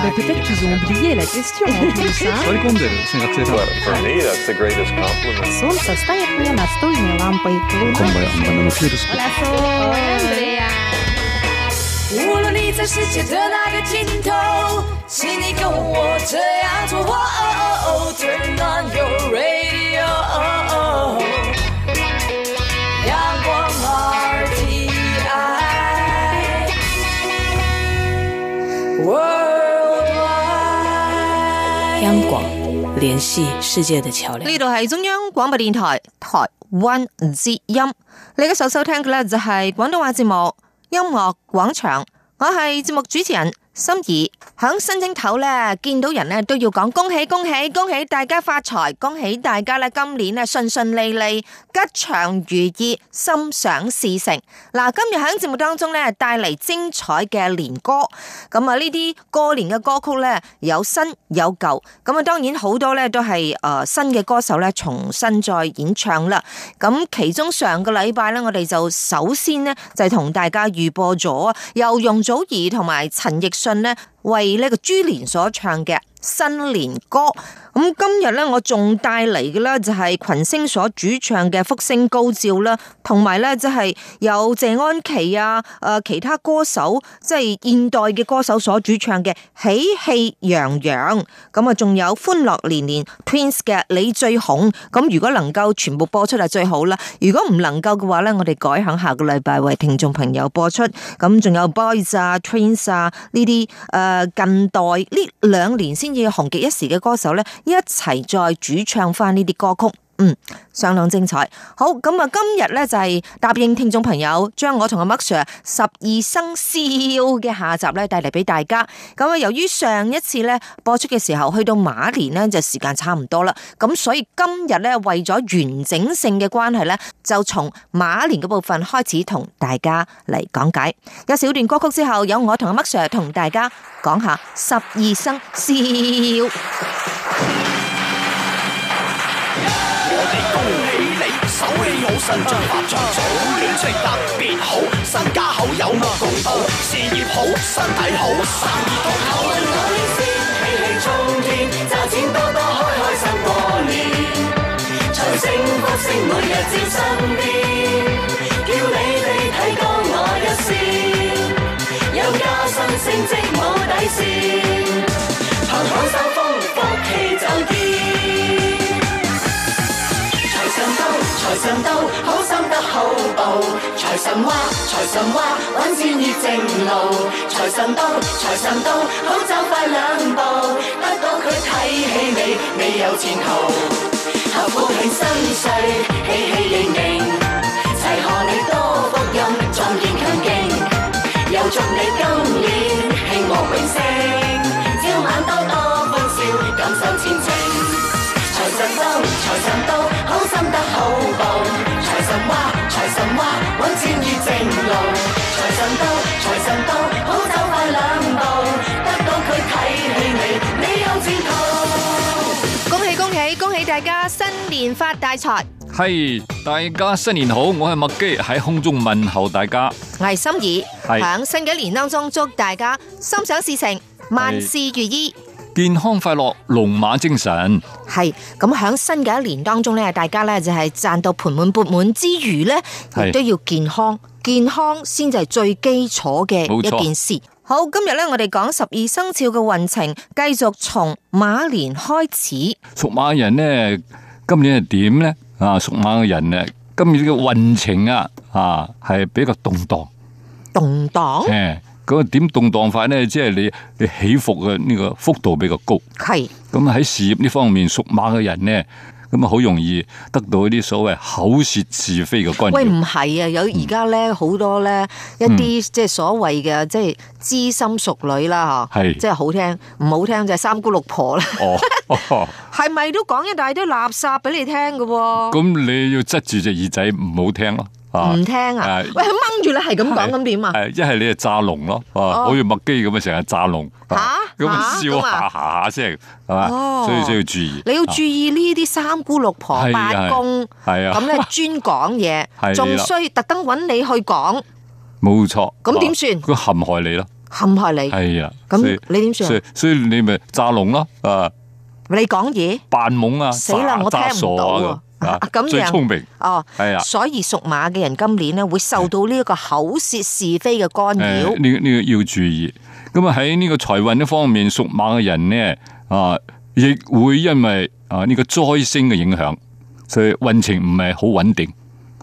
Ah, peut-être qu'ils ont oublié la question en plus. hein. Well, for me, that's the greatest compliment. Солнце стоит мне на стойне лампой. Луна 哦 Turn on your radio. 阳光 RTI Worldwide。央广，联系世界的桥梁。呢度系中央广播电台台湾之音，你嘅首收聽嘅咧就係廣東話節目《音樂廣場》，我係節目主持人心怡。響新正頭咧，見到人咧都要講恭喜恭喜恭喜大家發財，恭喜大家咧今年咧順順利利、吉祥如意、心想事成。嗱，今日喺節目當中咧帶嚟精彩嘅年歌。咁啊，呢啲過年嘅歌曲咧有新有舊，咁啊當然好多咧都係誒新嘅歌手咧重新再演唱啦。咁其中上個禮拜咧，我哋就首先呢，就係同大家預播咗啊，由容祖兒同埋陳奕迅呢，為呢個珠蓮所唱嘅。新年歌咁今日咧，我仲帶嚟嘅咧就係群星所主唱嘅《福星高照》啦，同埋咧就係有謝安琪啊，誒其他歌手即係現代嘅歌手所主唱嘅《喜氣洋洋》，咁啊仲有《歡樂年年》Twins 嘅《你最紅》，咁如果能夠全部播出係最好啦，如果唔能夠嘅話咧，我哋改響下個禮拜為聽眾朋友播出，咁仲有 Boys 啊、Twins 啊呢啲誒近代呢兩年先至紅極一時嘅歌手咧，一齊再主唱翻呢啲歌曲。嗯，相當精彩。好，咁啊，今日咧就係答應聽眾朋友，將我同阿麥 Sir 十二生肖嘅下集咧帶嚟俾大家。咁啊，由於上一次咧播出嘅時候，去到馬年咧就時間差唔多啦，咁所以今日咧為咗完整性嘅關係咧，就從馬年嘅部分開始同大家嚟講解。有小段歌曲之後，有我同阿麥 Sir 同大家講下十二生肖。我哋恭喜你，手氣好，神將發財，早戀情特別好，身家好有目共睹，事業好，身體好，生意都好。無論老年先，喜氣沖天，賺錢多多，開開心過年，財星福星每日照身邊，叫你哋睇多我一線，有加薪升職冇底線，行享收風，福氣就見。財神到，財神到，好心得好報。財神話，財神話，揾錢要正路。財神到，財神到，好走快兩步，得到佢睇起你，你有前途。合府慶新歲，喜氣盈盈，齊賀你多福蔭，壯健強勁。又祝你今年興旺永盛，朝晚多多歡笑，感受前程。財神到，財神到，好心得好報。財神話，財神話，揾錢要正路。財神到，財神到，好走快兩步，得到佢睇起你，你有前途。恭喜恭喜恭喜大家新年發大財！係大家新年好，我係麥基喺空中問候大家。我係心怡，係響新嘅一年當中，祝大家心想事成，萬事如意。健康快樂，龍馬精神。係咁響新嘅一年當中咧，大家咧就係賺到盆滿缽滿之餘咧，係亦都要健康，健康先就係最基礎嘅冇錯一件事。好，今日咧我哋講十二生肖嘅運程，繼續從馬年開始。屬馬人呢，今年係點呢？啊，屬馬嘅人呢，今年嘅運程啊，啊係比較動哦盪。動盪誒，咁啊點動盪法呢？即係你你起伏嘅呢個幅度比較高。係咁喺事業呢方面，屬馬嘅人呢，咁啊好容易得到一啲所謂口舌是非嘅干喂擾。唔係啊？有而家咧好多咧一啲即係所謂嘅即係知心熟女啦嚇，係即係好聽唔好聽就係三姑六婆 啦。哦，係咪都講一大堆垃圾俾你聽嘅喎？咁你要執住隻耳仔唔好聽咯，啊唔聽啊！係喂，佢掹住你係咁講係咁點啊？哦係一係你係炸龍咯，啊，好似麥基咁啊，成日炸龍，嚇啊咁啊嚇笑咁啊下下下聲，係嘛，哦所以需要注意。你要注意呢啲三姑六婆係啊八公，係啊咁咧專講嘢，係啦仲衰特登揾你去講， 冇錯。咁點啊算佢陷害你咯，陷害你，係啊，咁所以你點算啊所以所以你咪詐聾咯，啊你講嘢扮懵啊，死啦，詐我聽詐唔傻到啊啊！ 咁最聰明樣哦，係啊。所以屬馬嘅人今年咧會受到呢一個口舌是非嘅干誒，擾。呃呢、個呢、個要注意。咁啊喺呢個財運呢方面，屬馬嘅人呢，啊，亦會因為啊呢、個災星嘅影響，所以運程唔係好穩定，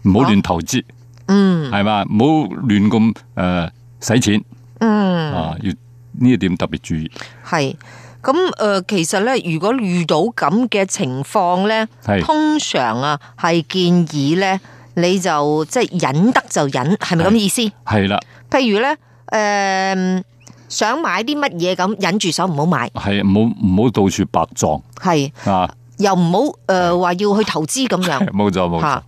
唔好亂投資，嗯，係嘛，唔好亂咁誒使錢，嗯，啊，要呢一點特別注意，係咁誒、呃其實咧，如果遇到咁嘅情況咧係，通常啊係建議咧，你就即係忍得就忍，係咪咁係意思？係啦，譬如咧，誒、想買啲乜嘢咁，忍住手唔好買，係唔好唔好到處白撞係啊， 又唔好誒話要去投資咁樣。冇錯 冇錯嚇啊，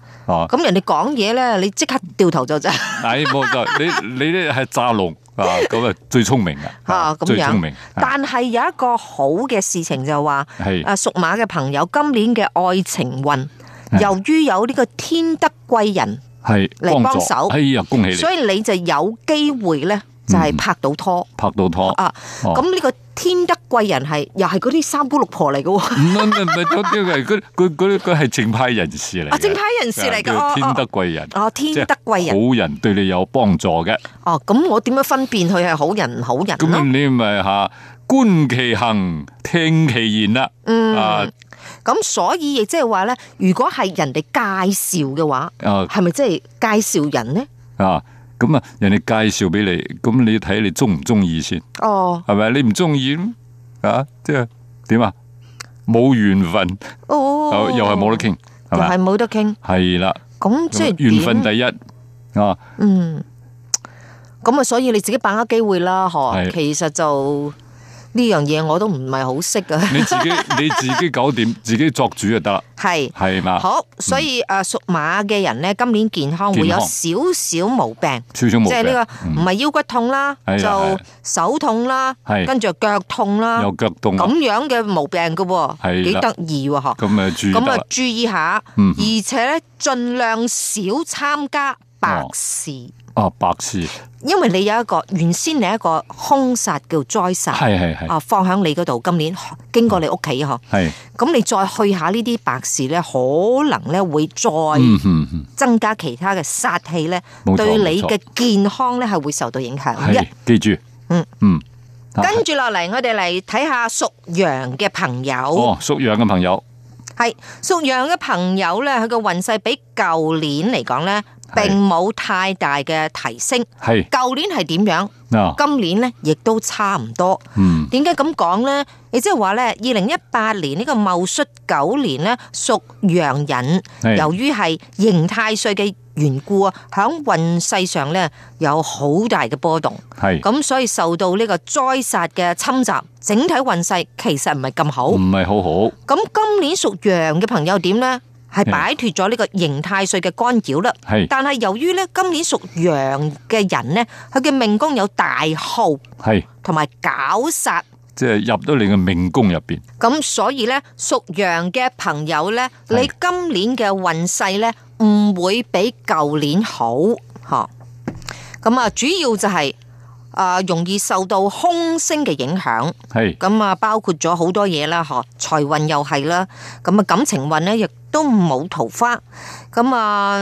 咁人哋講嘢咧，你即刻掉頭就走。係冇錯，你你呢係詐龍啊，咁啊最聰明嘅，啊咁樣最聰明，啊但係有一個好嘅事情就話，係啊屬馬嘅朋友今年嘅愛情運，係由於有呢個天德貴人，係嚟幫幫助手哎呀，恭喜所你以你就有機會咧就係拍到拖拍到拖。啊。哦咁呢個天德貴人係又係嗰啲三姑六婆嚟嘅喎。唔係唔係唔係，嗰啲係嗰嗰嗰嗰係正派人士嚟嘅。啊正派人士嚟㗎叫哦天德貴人。哦天德貴人即係好人對你有幫助嘅。哦，咁我點樣分辨佢係好人唔好人咁咯？你咪吓觀其行，聽其言啦。嗯啊咁所以亦即係話咧，如果係人哋介紹嘅話，啊係咪即係介紹人呢？啊！咁啊，人哋介紹俾你，咁你睇你中唔中意先，哦，係咪？你唔中意啊？即係點啊？冇緣分，哦又，又係冇得傾，係又係咪？冇得傾，係啦，咁即係緣分點第一啊！嗯，咁啊，所以你自己把握機會啦，嗬。係其實就呢樣嘢我都唔係好識啊噶， 你自己你自己搞掂，自己作主就得啦， 係係嘛？好，所以誒屬馬嘅人咧，今年健康會有嗯健康少少毛病。少少毛即係呢病，嗯個唔係腰骨痛啦，係啊係就啊手痛啦，係跟住腳痛啦，有腳凍咁啊，樣嘅毛病嘅喎，係幾啦得意喎，嗬。咁啊注意得咁啦啊，，注意下，嗯而且咧盡量少參加白哦事，啊白事因為你有一個原先你一個兇殺叫災殺，係係係啊放喺你嗰度，今年經過你屋企嗬，係，咁你再去下呢啲白事咧，可能咧會再嗯嗯嗯，增加其他嘅殺氣咧，冇錯對你冇嘅錯健康咧係會受到影響嘅係。記住，嗯嗯，啊跟住落嚟，我哋嚟睇下屬羊嘅朋友，哦屬羊嘅朋友係屬羊嘅朋友咧，佢嘅運勢比舊年嚟講咧，係並冇太大嘅提升。係舊年係點樣？嗱，今年咧亦都差唔多。嗯點解咁講咧？亦即係話咧，二零一八年呢個戊戌九年咧，屬羊人，係由於係刑太歲嘅緣故啊，響運勢上咧有好大嘅波動。係咁所以受到呢個災殺嘅侵襲，整體運勢其實唔係咁好。唔係好好咁今年屬羊嘅朋友點呢？係擺脱咗呢個刑太歲嘅干擾啦。係但係由於呢，今年屬羊嘅人呢，佢嘅命宮有大耗係，同埋搞殺，即係入到你嘅命宮入邊，咁所以呢，屬羊嘅朋友呢，係你今年嘅運勢呢，唔會比舊年好，吓。咁啊，主要就係、啊、容易受到空星嘅影響。係咁啊，包括咗好多嘢啦，嗬，財運又係啦，咁啊感情運咧亦都冇桃花，咁啊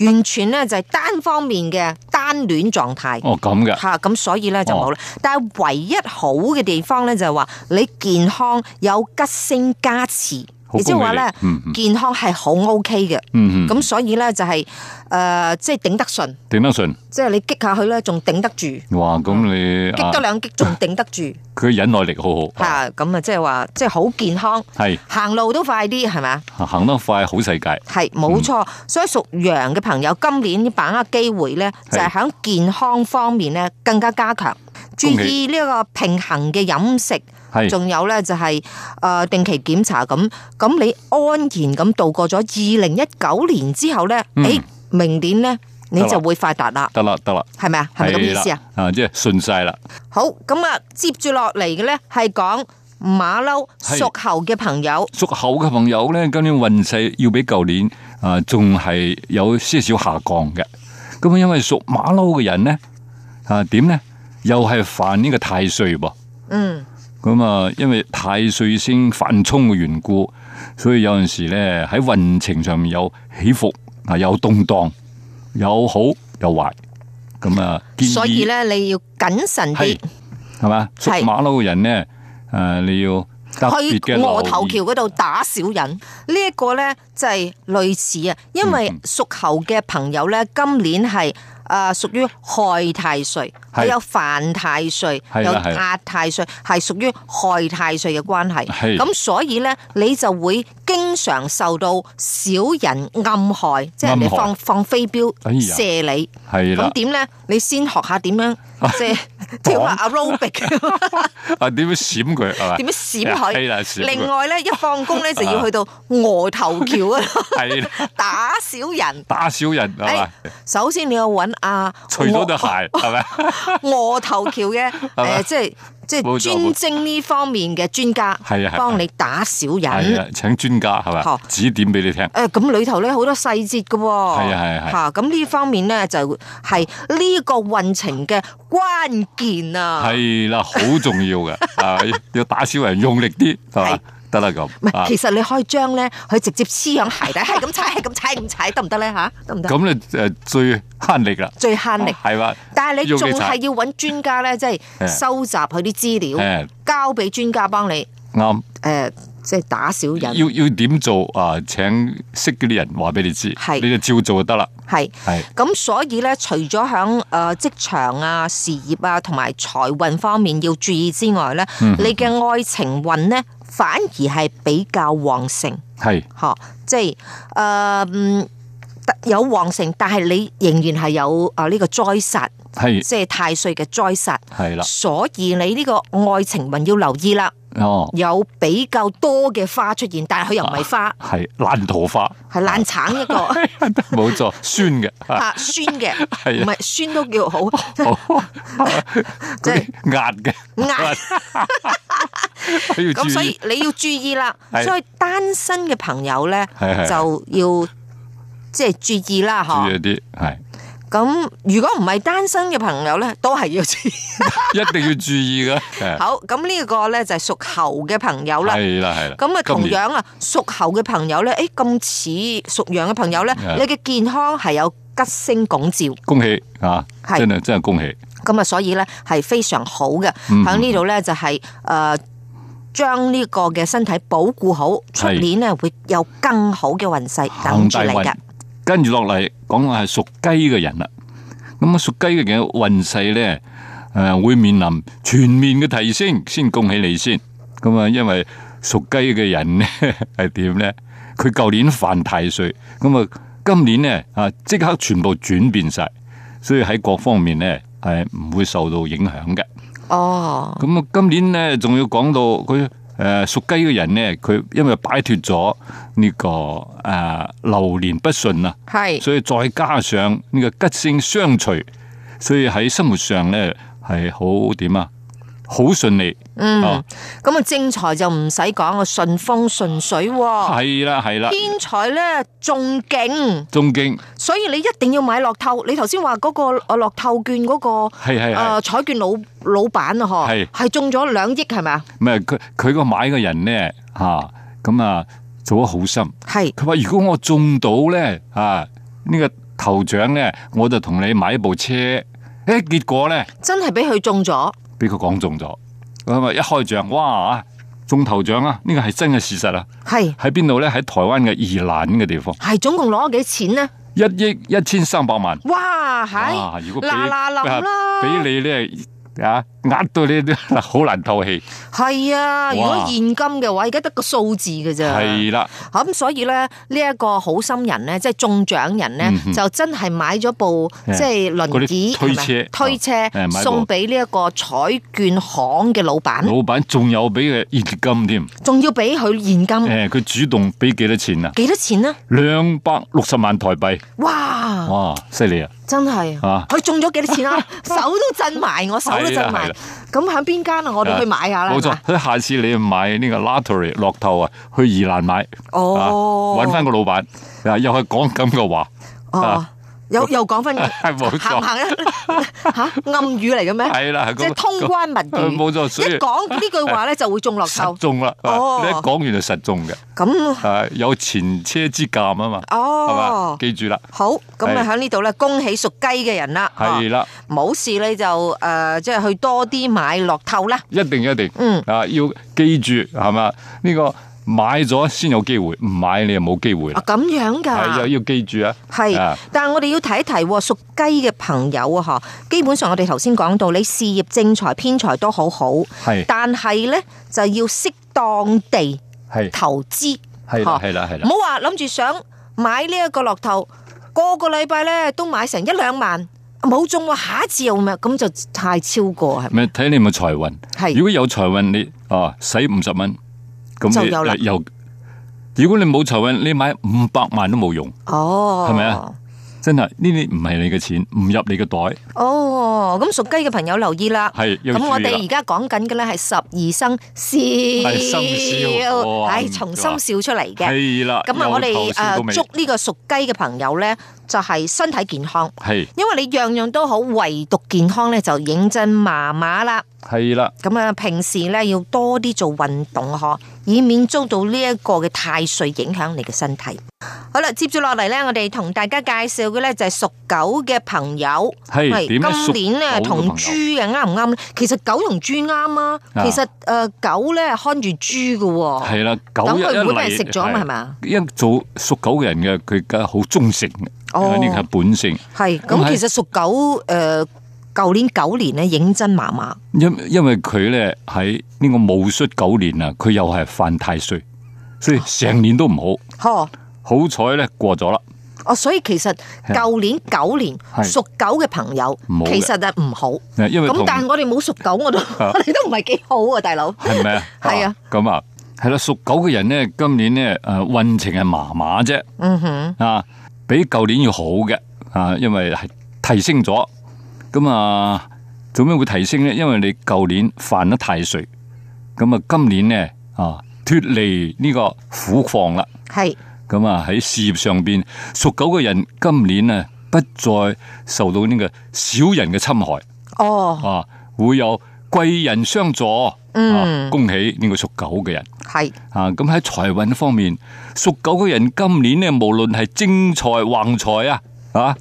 完全咧就係單方面嘅單戀狀態。哦咁嘅，哦吓咁、所以咧就冇啦。但係唯一好嘅地方咧就係話你健康有吉星加持，好亦即係話咧恭喜你嗯嗯健康係好 OK 嘅。嗯咁、嗯，所以咧就係、誒，即係頂得順，頂得順，即係你激下佢咧仲頂得住，激哇咁你啊多嗯兩激仲頂得 住。佢忍耐力好好，啊吓咁啊，即係話即係好健康，係行路都快啲，係咪啊？行得快好世界，係冇嗯錯，所以屬羊嘅朋友今年把握機會咧，就係係喺健康方面咧更加加強，注恭喜意呢個平衡嘅飲食，係仲有咧就係誒定期檢查咁，咁你安然咁度過咗二零一九年之後咧，嗯誒明年咧你得啦就會發達啦，得啦得啦，係咪啊？係咪咁意思啊係？啦？啊即係順晒啦。好，咁啊，接住落嚟嘅咧係講馬騮係屬猴嘅朋友。屬猴嘅朋友咧，今年運勢要比舊年啊，仲係有些少下降嘅。咁因為屬馬騮嘅人咧，啊點咧？又係犯呢個太歲噃。嗯，咁啊，因為太歲星犯沖嘅緣故，所以有陣時咧喺運程上面有起伏啊，有動盪，有好有壞。咁啊，建議所以咧你要謹慎啲係係嘛，捉係馬騮嘅人咧，诶、你要特別去嘅鵝頭留橋意。嗰度打小人，呢、一個呢就係類似啊，因嗯為屬猴嘅朋友呢，今年係啊屬於害太歲，係佢有犯太歲，係有啦係壓太歲，係屬於害太歲嘅關係。係咁所以呢，你就會經常受到小人暗害，即係人哋暗害放放飛鏢哎呀射你。係咁啦，點呢？你先學下點 樣即係跳下 aerobic。啊點樣閃佢係嘛？點樣閃佢？ 係啦閃佢另外咧，一放工咧就要去到鵝頭橋啊， 係啦，打小人。打小人係誒嘛？首先你要揾啊，除咗對鞋係咪？ 鵝頭橋 嘅呃誒，咪即係即係冇錯專冇錯精呢方面嘅專家係啊係，啊幫你打小係人。啊，請專家係好嘛？指點俾你聽。誒咁裏頭咧好多細節嘅喎，係啊係啊係啊嚇咁呢方面咧就係呢個運程嘅關鍵啊！係啦，好重要 嘅，啊，要打小人用力啲，係係嘛？得啦咁唔，係，啊其實你可以將咧佢直接黐響鞋底，係咁踩，係咁踩，係咁踩，得唔得咧嚇？得唔得？咁咧誒最慳力啦，最慳力。係嘛？但哦係你用仲力係踩要揾專家咧，即係誒收集佢啲資料誒，交俾專家幫你啱，誒，即係打小人。要要點做啊？請識嗰啲人話俾你知係，你就照做就得啦。係係咁，所以咧，除咗響誒職場啊、事業啊同埋財運方面要注意之外咧，你嘅愛情運咧反而係比較旺盛，係嗬，即係誒。嗯有旺盛，但係你仍然係有啊呢個災殺，係即係太歲嘅災殺，係啦，所以你呢個愛情運要留意啦。哦，有比較多嘅花出現，但係佢又唔係花，係爛 桃花，係爛橙一 個冇錯，酸嘅，嚇啊酸嘅，係唔啊，係酸都叫 好， 即嗰係啲壓嘅，壓。你 要注咁所以意，你要注意啦，係所以單身嘅朋友咧係係係就要即係注意啦，注嗬意。一啲，係咁如果唔係單身嘅朋友咧，都係要注意。一定要注意嘅。 係好，咁呢個咧就係屬猴嘅朋友啦。係啦係啦，咁啊，今同年樣啊，屬猴嘅朋友咧，誒咁似屬羊嘅朋友咧，係你嘅健康係有吉星拱照。恭喜啊，係真係真係恭喜。咁啊，所以咧係非常好嘅。嗯喺呢度咧就係、呃將呢個嘅身體保護好，出年咧會有更好嘅運勢等住你㗎。跟住落嚟講係屬雞嘅人啦。咁啊，屬雞嘅人運勢咧，诶、會面臨全面嘅提升，先恭喜你先。咁啊，因為屬雞嘅人咧 係點咧？佢舊年犯太歲，咁啊，今年咧啊即刻全部轉變晒，所以喺各方面咧係唔會受到影響嘅。哦，咁啊，今年咧仲要講到佢誒屬雞嘅人咧，佢因為擺脱咗呢個誒、呃流年不順啊，係所以再加上呢個吉星相隨，所以喺生活上咧係好點啊，好順利。嗯哦，咁啊正財就唔使講啊，順風順水喎。係啊啦係啦，偏財咧仲勁，中經所以你一定要買樂透。你頭先話嗰個呃樂透券嗰、個。係係誒係，呃彩券老老闆啊，嗬哎係，係中咗兩億係咪啊？唔係佢佢個買嘅人咧嚇，咁啊做得好心。係佢話如果我中到咧啊呢、個頭獎咧，我就同你買一部車。誒結果咧〜真係俾佢中咗，俾佢講中咗。咁啊，一開獎，哇！中頭獎啊！呢個係真嘅事實啊！係喺邊度呢？喺台灣嘅宜蘭嘅地方，係總共攞咗幾錢呢？一億一千三百萬。哇，係哇！如果俾啊嗱嗱臨啦，俾你呢，啊，呃到你都 好難透氣。係啊！如果哇現金嘅話，而家得個數字嘅咋。係啦，咁所以咧，呢一個好心人咧，即係中獎人咧嗯，哼就真係買咗部即誒係輪椅嗰啲推係咪車推誒車買部送俾呢一個彩券行嘅老闆，老闆仲有俾嘅現金添。仲要俾佢現金誒，佢主動俾幾多錢啊？幾多錢呢？兩百六十萬台幣。哇！哇！犀利啊！真係啊佢中咗幾多錢 啊？手都震埋，我手都震埋係啦。咁喺邊間啊？我哋去買下啦。冇係錯咪，所以下次你買呢個 lottery 樂透啊，去宜蘭買。哦啊，揾翻個老闆，啊又係講咁嘅話，哦啊，又又講 翻行冇唔行錯啊？ 吓暗語嚟嘅咩？係啦係咁即係通關密咁語。冇錯所以一講呢句話咧就會中落實扣。中啦，啊哦你一講完就實中嘅，咁啊有前車之鑑啊嘛，係嘛哦，，記住啦，好，咁係啊喺呢度咧，恭喜屬雞嘅人啦。係啦，嚇冇事咧就誒，呃即係去多啲買樂透啦。一定一定，嗯啊要記住係嘛，呢個買咗先有機會，唔買你就冇機會啊啦，，咁樣係㗎又。要記住啊，係啊，但係我哋要提一提喎屬雞嘅朋友啊，嗬，基本上我哋頭先講到，你事業、正財、偏財都好好，係但係咧就要適當地係投資，係啦嗬係啦係唔啦，好話諗住想買呢一個樂透，個個禮拜咧都買成一兩萬，冇中喎，下一次又咪咁就太超過係咪？咪睇你有冇財運。係如果有財運，你啊使五十蚊，咁就你有啦呃又。如果你冇財運，你買五百萬都冇用，哦，係咪啊？真係呢啲唔係你嘅錢，唔入你嘅袋，哦，咁屬雞嘅朋友留意啦。係要咁我注意啦哋而家講緊嘅咧係十二生肖，生肖哇係從心笑出嚟嘅。係啦。咁啊，我哋由頭笑到尾誒祝呢個屬雞嘅朋友咧，就係身體健康，係因為你樣樣都好，唯獨健康咧就認真麻麻啦。係啦，咁啊，平時咧要多啲做運動呵，以免遭到呢一個嘅太歲影響你嘅身體。好啦，接住落嚟咧，我哋同大家介紹嘅咧就係屬狗嘅朋友。係喂點咧今年咧屬狗嘅朋同友豬嘅啱唔啱咧？其實狗同豬啱啊。啊其實诶，狗咧係看住豬嘅喎。係啦，狗哦咁一佢唔會俾人嚟食咗嘛係係嘛一做屬狗嘅人嘅，佢梗係好忠誠嘅，哦呢個係本性。係咁咁，係其實屬狗诶，旧、舊年九年咧認真麻麻。因因為佢咧喺呢個武術九年啊，佢又係犯太歲，所以成年都唔嗬，好。好彩咧過咗啦，哦，所以其實舊年九年係屬狗嘅朋友唔好嘅其實係唔好。因為咁同但係我哋冇屬狗，我都 我哋都唔係幾好啊，大佬。係咪啊？ 係啊，咁啊，係啦，屬狗嘅人咧，今年咧诶運程係麻麻啫，嗯哼，啊，比舊年要好嘅，啊，因為係提升咗。咁啊，做咩會提升咧？因為你舊年啊犯得太歲，咁啊，今年咧啊脱離呢個苦況啦。係咁啊喺事業上邊，屬狗嘅人今年啊不再受到呢個小人嘅侵害哦，啊，會有貴人相助。嗯啊，恭喜呢個屬狗嘅人係啊！咁喺財運方面，屬狗嘅人今年咧，無論係精財橫財啊，啊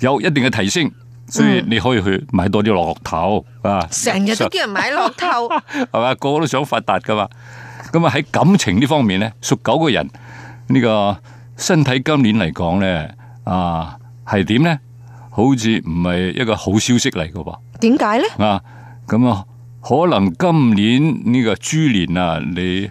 有一定嘅提升，所以你可以去買多啲落頭啊！嗯成日都叫人買 樂透，係嘛，個個都想發達噶嘛。咁啊喺感情呢方面咧，屬狗嘅人呢、個身體今年嚟講咧，啊係點咧？好似唔係一個好消息嚟噶噃點解咧？啊！咁啊，可能今年呢個豬年啊，你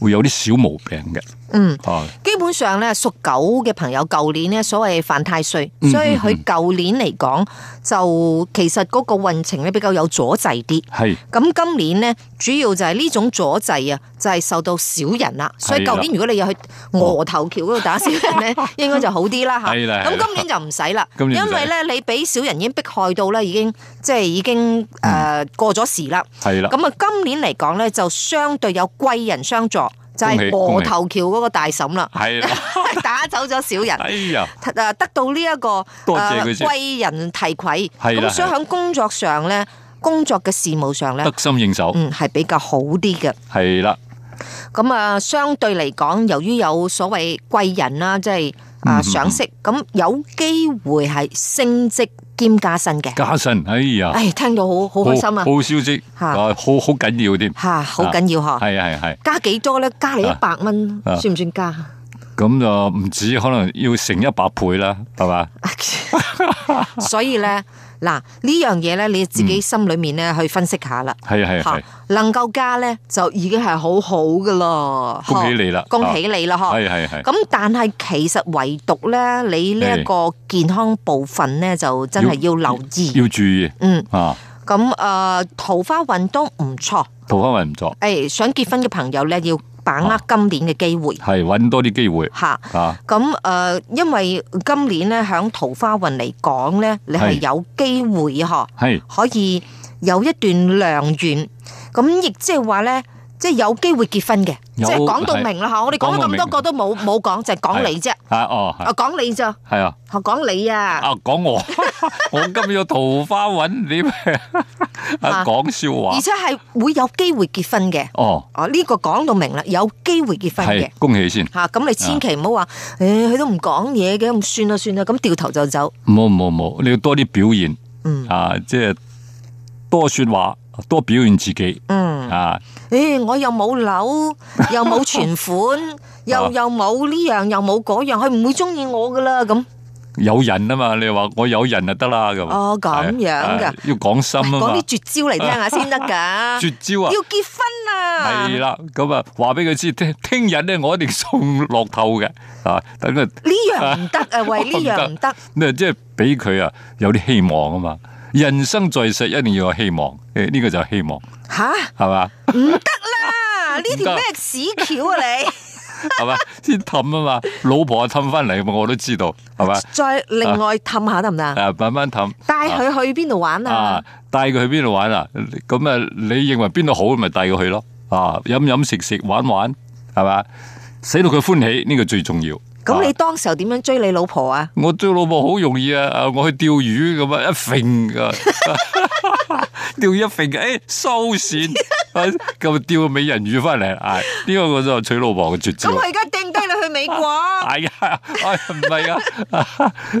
會有啲小毛病嘅。嗯，啊，基本上咧屬狗嘅朋友，舊年咧所謂犯太歲，所以佢舊年嚟講就其實嗰個運程咧比較有阻滯啲。係咁今年呢，主要就係呢種阻滯啊，就係、受到小人啦。所以係啦舊年如果你又去鵝頭橋嗰度打小人咧， 應該就好啲啦嚇。係啦係啦咁今年就唔使啦， 今因年唔使為咧你俾小人已經迫害到咧，已經即係已經誒、呃過咗時啦。嗯係啦，咁啊，今年嚟講咧，就相對有貴人相助，就係、恭鵝喜頭橋嗰個大嬸 啦， 係啦，打走咗小人。哎呀，誒得到呢、一個呃多謝佢先貴人提攜，係啦咁所以係啦喺工作上咧，工作嘅事務上咧得，心應手，嗯，係比較好啲嘅。係啦，咁啊，相對嚟講，由於有所謂貴人啦，即係啊賞識，咁有機會係升職兼加薪嘅。加薪，哎呀，唉，聽到好好好開心啊！好消息，嚇啊，好好緊要添，嚇，好緊要嗬，係啊係係。加幾多咧？加你一啊百蚊，啊算唔算加？ 咁就唔止，可能要成一百倍啦，係嘛？所以咧，嗱呢樣嘢咧，你自己心裏面咧去分析下啦。係係吓係，能夠加咧就已經係好好噶啦。恭喜你啦嗬恭喜你啦！嗬。係係係，咁但係其實唯獨咧，你呢一個健康部分咧，就真係要留意。要注意嗯，啊！咁誒、呃桃花運都唔錯。誒、桃花運唔錯，想結婚嘅朋友咧，要把握今年嘅機會係揾多啲機會嚇。啊！咁誒、呃因為今年咧，響桃花運嚟講咧，你係係有機會嗬，係可以有一段良緣。咁亦即係話咧，即係有機會結婚嘅。即係講到明啦吓，我哋講咗咁多個都冇冇講，就係講你啫，啊哦，啊講你咋，系啊，啊講你啊，啊講我， 我今日有桃花揾你 咩？啊講笑話而，且係會有機會結婚嘅，哦，哦呢個講到明啦，有機會結婚嘅係。恭喜先，吓，咁你千祈唔好話，诶，佢都唔講嘢嘅，咁算啦算啦，咁掉頭就走。冇冇冇，你要多啲表現，嗯啊，即係多说話，多表現自己，嗯，啊，诶，我又冇 樓，又冇存款，又又冇呢樣，又冇嗰樣，佢唔會中意我噶啦咁。有人啊嘛，你話我有人就得啦咁。哦咁樣㗎係啊要講心啊講嘛啲，絕招嚟 聽下先得噶。絕招啊要！結婚啊！係啦，咁啊，話俾佢知，聽聽日咧，我一定送落透嘅，啊，等佢呢樣唔得啊， 喂，呢樣唔得。你即係俾佢啊有啲希望啊嘛。人生在世一定要有希望，誒呢個就係希望，吓，係 嘛，啊，呢條咩屎橋啊你？係嘛，先氹啊嘛，老婆氹翻嚟我都知道， 係嘛，再另外氹下得唔得啊？啊慢慢氹，帶佢去邊度玩啊啊？帶佢去邊度玩啊？咁啊，你認為邊度好咪帶佢去咯，啊飲飲食食玩玩係嘛，使到佢歡喜呢、個最重要。咁啊你當時候點樣追你老婆啊？我追老婆好容易啊！啊我去釣魚咁啊，一揈噶， 釣一揈嘅，诶、收 線，啊咁啊釣個美人魚翻嚟，唉、呢、個我就係娶老婆嘅絕咁招佢。而家掟低你去美國，係啊，哎唔係啊，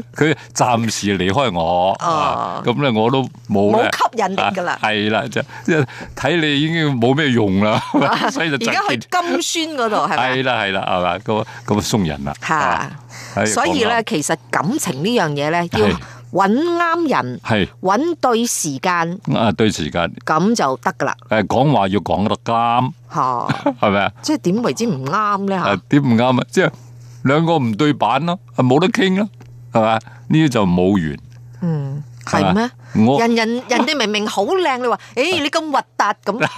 佢暫時離開我，啊哦咁咧、我都冇咧冇吸引力㗎啦啊係啦，就即係睇你已經冇咩用啦，啊 所以就啊而就家去金酸嗰度係咪？啊係啦係啦，係嘛，咁啊咁啊鬆人啦。嚇啊係所以講咧，啦其實感情呢樣嘢咧，要係揾啱人，係揾對時間，啊對時間。咁就得噶啦。诶，讲话要講得啱，嚇， 係咪啊？即係點為之唔啱咧？啊嚇，，点唔啱啊？即係兩個唔對版咯，啊冇得傾咯，係咪？呢啲就冇緣。嗯，係咩？我人人人哋明明好靚， 你話，誒你咁核突咁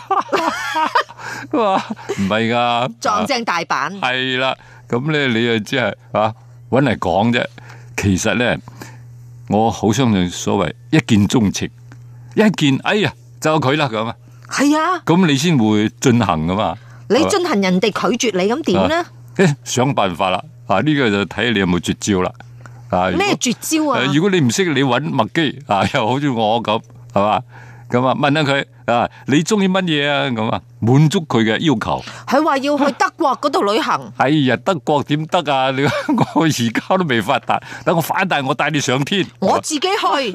哇唔係㗎，撞正大板，系啦。咁咧，你啊，即係啊，搵嚟講啫。其實咧，我好相信所謂一見鍾情，一見哎呀就有佢啦咁啊，係啊！咁你先會進行噶嘛。你係嘛進行人哋拒絕你咁點咧？誒想辦法啦，啊呢、個就睇你有冇絕招啦。啊，如果咩絕招啊誒？如果你唔識，你揾麥基啊， 又好似我咁，係嘛？咁啊，問下佢啊，你中意乜嘢啊？咁啊，滿足佢嘅要求。佢話要去德國嗰度旅 行，哎呀，德國點得啊？你 我而家都未發達，等我反彈，我帶你上天，我自己去。 係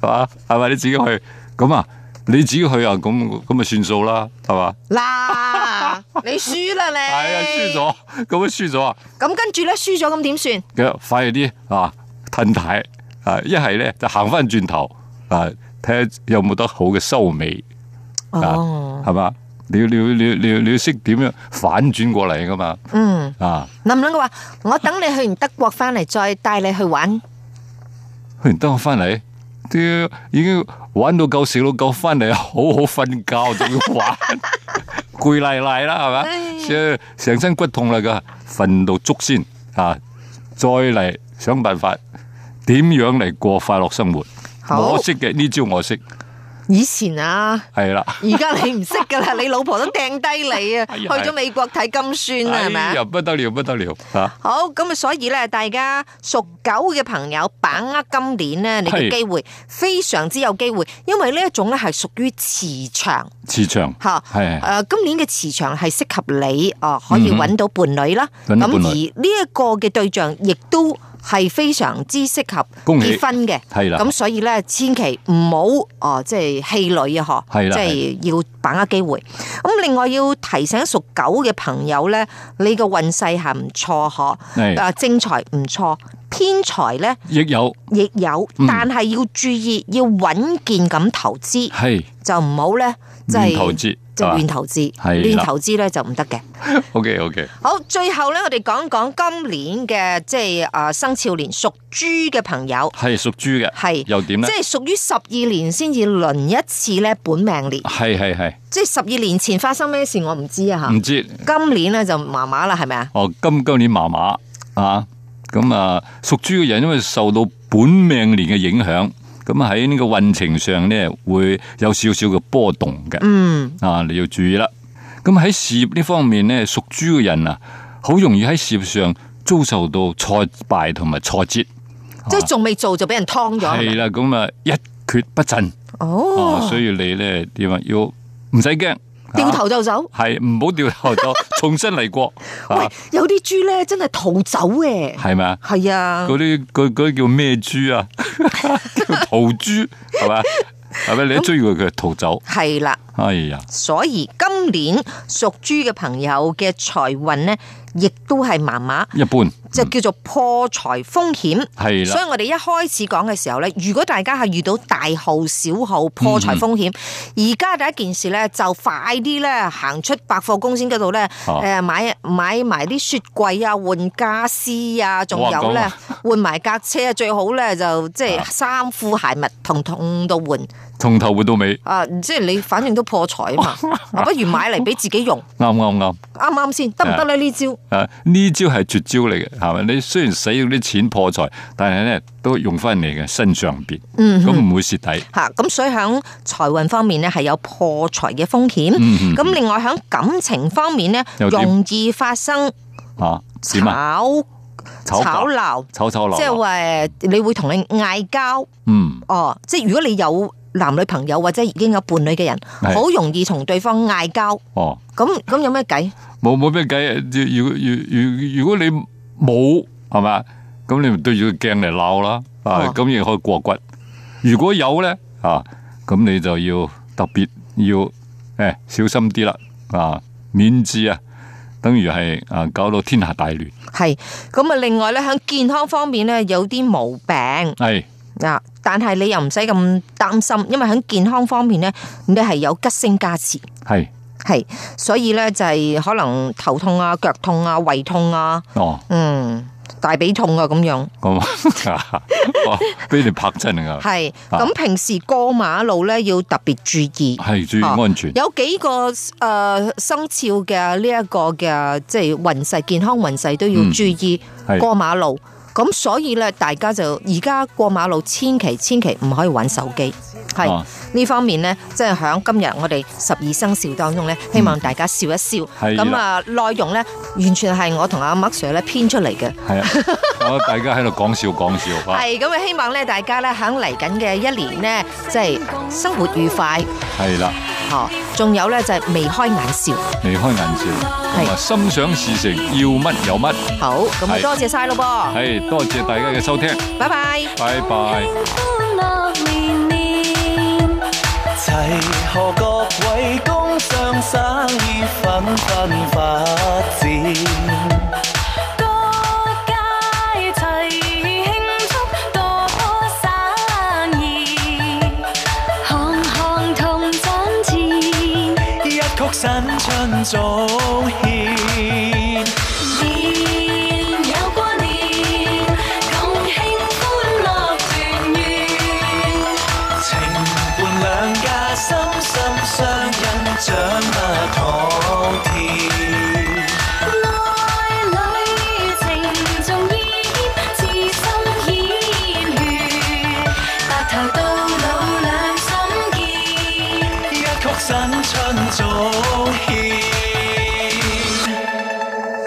嘛？係咪你自己去？咁啊，你自己去啊？咁咁咪算數啦，係嘛？嗱，你輸啦你。係啊，輸。咗，咁啊輸咗啊！咁跟住咧，輸咗咁點算？嘅快啲啊，褪太啊，一係咧就行翻轉頭啊，睇下有冇得好嘅收尾。哦，系啊嘛？你要你要你要你要你要识点样反轉過嚟噶嘛？嗯，啊，能唔能夠話我等你去完德國翻嚟，再帶你去玩？去完得我翻嚟，啲已經玩到夠食到夠，翻嚟好好瞓覺仲要 玩，攰賴賴啦，哎係咪？成身骨痛啦噶，瞓到足先啊，再嚟想辦法點樣嚟過快樂生活。好我識嘅呢招我識，以前啊，係啦。而家你唔識噶啦，你老婆都掟低你啊， 哎去呀咗美國睇金酸啦，係咪哎啊呀，不得了不得了啊！好咁啊，所以咧，大家屬狗嘅朋友把握今年咧，你係嘅機會非常之有機會，因為呢一種咧係屬於磁場。磁場吓，係誒、呃今年嘅磁場係適合你哦，可以哎嗯哼揾到伴侶啦。揾咁到伴侶而呢一個嘅對象，亦都係非常之適合恭喜結婚嘅。係啦咁所以咧，千祈唔好哦，即係氣餒啊！係嗬，啦即係要把握機會。咁另外要提醒屬狗嘅朋友咧，你嘅運勢係唔錯嗬，係啊正財唔錯，偏財咧亦有亦有，嗯但係要注意要穩健咁投資。係就唔好咧，即亂係投資啊就係嘛亂投資，係啦亂投資咧就唔得嘅。 OK OK。好，最後咧，我哋講講今年嘅即係啊生肖年屬豬嘅朋友，係屬豬嘅，係又點咧即？係屬於十二年先至輪一次咧本命年，係係係，即係十二年前發生咩事我唔知啊唔吓。知今年咧就麻麻啦，係咪啊？哦。今今年麻麻啊，咁啊，屬豬嘅人因為受到本命年嘅影響，咁喺呢個運程上咧會有少少嘅波動嘅。嗯，啊，你要注意啦。咁喺事業呢方面咧，屬豬嘅人啊，好容易喺事業上遭受到挫敗同埋挫折。即係仲未做就俾人劏咗。係啊係咪啦，咁啊一蹶不振。哦，哦所，以啊你咧點啊？要唔使驚，掉頭就走。係唔好掉頭走，重新嚟過。 啊喂，有啲豬咧真係逃走嘅。係咪啊？係啊，嗰啲嗰嗰啲叫咩豬啊？ 叫逃豬係咪？啊係咪你一追佢，佢就逃走？係啦。哎呀，所以今年屬豬嘅朋友嘅財運呢，亦都係麻麻，一般就叫做破財風險。係所以啦，我哋一開始講嘅時候呢，如果大家係遇到大號、小號破財風嗯險，而家第一件事呢，就快啲呢行出百貨公司嗰度呢，哦誒買買埋啲雪櫃啊、換家私啊，仲有呢哇咁啊換埋架車，最好呢，就即係啊衫褲鞋襪同同度換。從頭活到尾，啊，即係你反正都破財啊 嘛，啊不如買嚟俾自己用，啱啱啱。啱唔啱先？得唔得咧？呢招啊！呢招係絕招嚟嘅，係咪？你雖然使咗啲錢破財，但係咧都用翻你嘅身上邊，嗯咁唔會蝕底。吓，咁所以喺財運方面咧係有破財嘅風險，嗯咁另外喺感情方面咧又點容易發生啊，點啊？吵吵架吵鬧，吵吵鬧啊即係鬧，話你會同你嗌交嗯，哦，即係如果你有男女朋友或者已經有伴侶嘅人，係好容易同對方嗌交，哦，咁咁有咩計？冇冇咩計？啊如如如如果你冇係咪？咁你咪對住個鏡嚟鬧啦，啊哦，咁亦可以過骨。如果有咧，啊，咁你就要特別要誒、小心啲啦，啊，免至啊，等於係啊搞到天下大亂，係咁啊！另外咧喺健康方面咧有啲毛病。係嗱，啊但係你又唔使咁擔心，因為喺健康方面咧，你係有吉星加持，係係，所以咧就係可能頭痛啊、腳痛啊、胃痛啊，哦。嗯，大髀痛啊咁樣，咁啊， 哇俾你拍真啊！係。啊咁平時過馬路咧要特別注意。係注意啊安全，有幾個誒、呃生肖嘅呢一個嘅即係運勢健康運勢都要嗯注意、係過馬路，咁所以咧大家就而家過馬路千祈千祈唔可以玩手機，係啊呢、方面咧，即係響今日我哋十二生肖當中咧，希望大家笑一笑，嗯係啦咁啊內容咧完全係我同阿麥 Sir 咧編出嚟嘅。係啊！我大家喺度講笑講笑啊，係咁啊！希望咧，大家咧喺嚟緊嘅一年呢，即係生活愉快，係啦，哦，仲有咧就係眉開眼笑。離開眼笑，咁啊，心想事成，要乜有乜，好，咁啊係多謝晒咯噃，係多謝大家嘅收聽，拜拜。拜拜。齊賀各位工商生意紛紛發展。一曲新春早獻，情伴兩家心心相印，長啊堂甜。到老兩心堅。一曲新春早獻。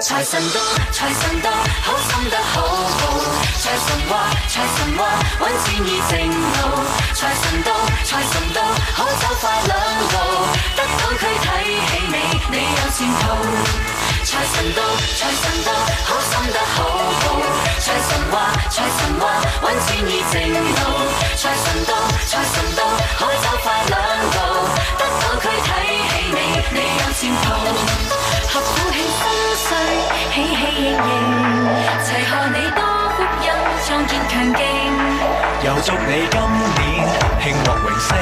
財神到，財神到，好心得好報。財神話，財神話，揾錢已正路。財神到，財神到，好走快兩路。得到佢睇起你，你有前途。財神到，財神到，好心得好報。財神話，財神話，揾錢已正路。財神到，財神到，好走快兩路。得到佢睇起你，你有前途。合府慶新歲，喜喜盈盈，齊賀你多福蔭，壯健強勁，又祝你今年慶獲榮升。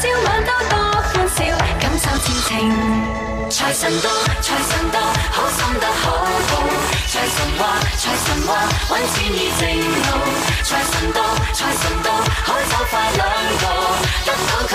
朝晚都多歡笑，感受前程。財神到，財神到，好心得好報。財神話，財神話，揾錢已正路。財神到，財神到，好走快兩步，得到佢